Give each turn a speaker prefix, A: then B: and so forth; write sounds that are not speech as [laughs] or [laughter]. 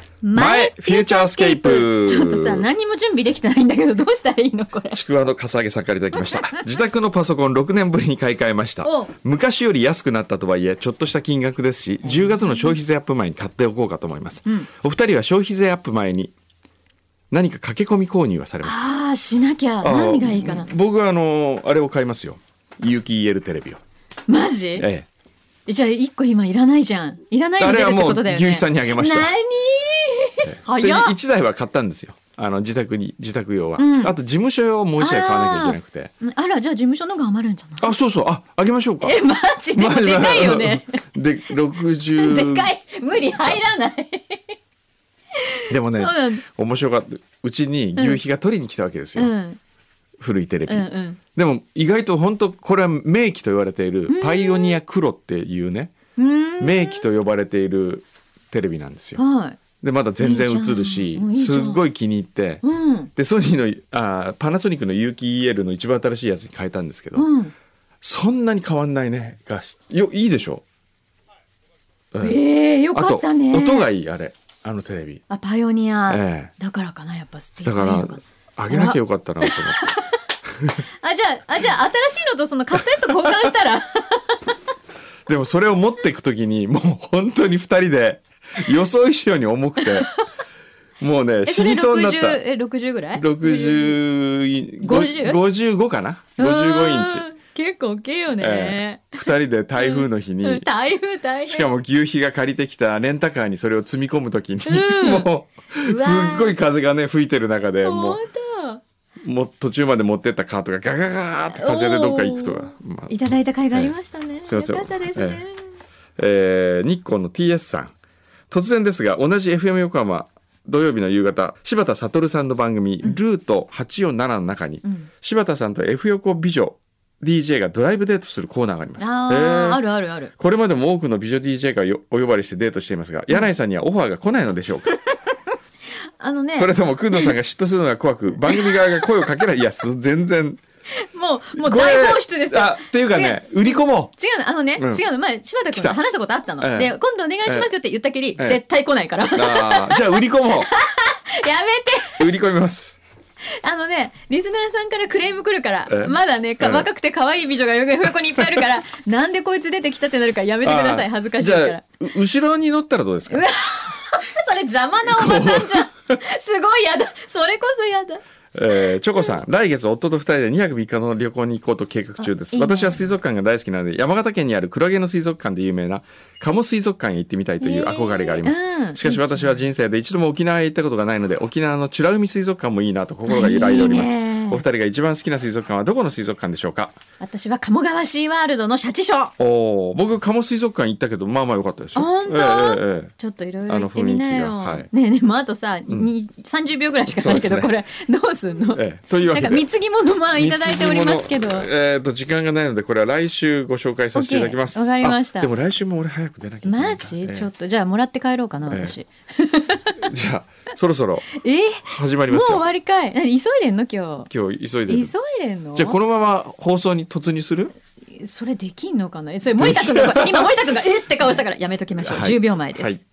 A: フューチャースケープ
B: ちょっとさ、何も準備できてないんだけど、どうしたらいいのこれ。
A: ちくわのかさあげさんからいただきました。自宅のパソコン6年ぶりに買い替えました
B: おう。
A: 昔より安くなったとはいえ、ちょっとした金額ですし、10月の消費税アップ前に買っておこうかと思います。お二人は消費税アップ前に何か駆け込み購入はされますか
B: ああ、しなきゃ、何がいいかな
A: あ。僕はあの、あれを買いますよ。有機 EL テレビを。
B: マジ
A: ええ。
B: えじゃあ、一個今いらないじゃん。いらないの
A: あ
B: 出る
A: れは
B: って
A: もう
B: ことだよね。
A: 牛一さんにあげました
B: 何
A: で
B: 早っ。
A: 1台は買ったんですよ。あの自宅に自宅用は、
B: うん
A: あと事務所用をもう1台買わなきゃいけなくて
B: あら、じゃあ事務所のが余るんじゃない
A: あそうそうああげましょうか
B: え、マジでもでかいよね。
A: で60
B: [laughs] でかい。無理入らない。
A: でもね
B: そうなん
A: 面白かったうちに牛皮が取りに来たわけです
B: う
A: よ、
B: ん。
A: 古いテレビ、
B: うんうん。
A: でも意外と本当これは名機と言われているパイオニア黒っていうね
B: うーん。
A: 名機と呼ばれているテレビなんですよ
B: はい。
A: でまだ全然映る
B: いい
A: し
B: じゃんうんいいじゃ
A: すっ
B: ん
A: ごい気に入って
B: うん。
A: でソニーのあパナソニックの有機 EL の一番新しいやつに変えたんですけど、
B: うん。
A: そんなに変わんないね画質よいいでしょ、うん
B: ええ、よ
A: あ
B: か
A: と
B: ったね。
A: 音がいいあれあのテレビ
B: あ、パイオニア。
A: ええ
B: だからかな、やっぱスピーカ
A: だ
B: ー
A: か
B: いいの
A: ら
B: かな
A: あげなきゃよかったなと思って。
B: あ、じゃあ、あ、じゃあ、新しいのとその買ったやつと交換した
A: [laughs]
B: ら。
A: でもそれを持っていくときにもう本当に二人で予想以上に重くてもうね
B: え、そ
A: 死
B: れ
A: にそうになっ
B: 60、
A: た
B: え、60ぐらい50
A: 60 55かな55インチ
B: うーん結構大きいよね
A: え。え二人で台風の日
B: うん
A: に
B: 台風大変。
A: しかも牛皮が借りてきたレンタカーにそれを積み込むときに、
B: うん
A: もう
B: うわ
A: すっ
B: ー
A: ごい風がね吹いてる中でも
B: 本当。
A: うもう途中まで持ってったカートがガガガーって風でどっか行くとか、まあ
B: いただいた甲斐がありましたね。
A: えすいません
B: よかったですね。
A: えー日光の TS さん突然ですが同じ FM 横浜土曜日の夕方柴田悟さんの番組「ルート847」の中に、
B: ん
A: 柴田さんと F 横美女 DJ がドライブデートするコーナーがあります。
B: あ
A: え
B: あ、
A: ー
B: あるあるある。
A: これまでも多くの美女 DJ がよお呼ばれしてデートしていますが柳井さんにはオファーが来ないのでしょうか
B: あのね、
A: それとも工藤さんが嫉妬するのが怖く番組側が声を
B: [laughs]
A: かけないいやす全然
B: もう、もう大放出ですよ。
A: あっていうかね売り込も
B: 違うの、あのね、
A: うん
B: 違うの、前、柴田
A: 来
B: 君
A: た
B: と話したことあったの。
A: ええ
B: で、今度お願いしますよって言ったきり、
A: ええ
B: 絶対来ないから。 [laughs]
A: う
B: や
A: あーじゃあ売り込
B: [laughs]
A: も
B: めて
A: う売り込みます
B: あのね、リスナーさんからクレーム来るか
A: ええ
B: ら、まだね、か
A: ええ
B: 若くて可愛い美女が横にいっぱいいる
A: [laughs]
B: から、なんでこいつ出てきたってなるからやめてくださ
A: あー
B: い、恥ずかしいか
A: じゃ
B: ら。
A: あう後ろに乗ったらどうですか
B: それ邪魔なおばさんじゃん。すごいやだ。それこそやだ。
A: えーチョコさん、来月夫と二人で2泊3日の旅行に行こうと計画中です。
B: あいいね
A: 私は水族館が大好きなので、山形県にあるクラゲの水族館で有名な、鴨水族館へ行ってみたいという憧れがあります。
B: へーうん
A: しかし私は人生で一度も沖縄へ行ったことがないので、沖縄の美ら海水族館もいいなと心が揺らいでおります。
B: いいね
A: お二人が一番好きな水族館はどこの水族館でしょうか
B: 私は鴨川シーワールドのシャチショー。
A: おー僕、鴨水族館行ったけど、まあまあ良かったですよ。
B: 本当
A: ええええええ
B: ちょっといろいろ行ってみな
A: あ
B: よ。
A: の雰囲気がはい
B: ねえねえ、もうあとさ、に30秒ぐらいしかないけど、
A: そ
B: こ
A: う
B: れ、どうすんの、
A: ええというわけで
B: なんか、貢ぎ物もいただいておりますけど。
A: 貢ぎ物えっ、と時間がないのでこれは来週ご紹介させていただきます。
B: オッケーわかりました
A: あでも来週も俺早く出なきゃいけない
B: マ
A: んだ。
B: ジ、
A: ええ
B: ちょっと、じゃあ、もらって帰ろうかな、私。
A: じゃあそろそろ
B: え
A: 始まり
B: もう
A: ます
B: 終
A: よ。
B: わりかい。何、急いでんの、今日。
A: 今日急いで
B: 急
A: る
B: い。でんの
A: じゃあこのまま放送に突入する？
B: それできんのかなえそれ森田君が今森田君がえって顔したからやめときましょう、
A: はい
B: 10秒前です、
A: はい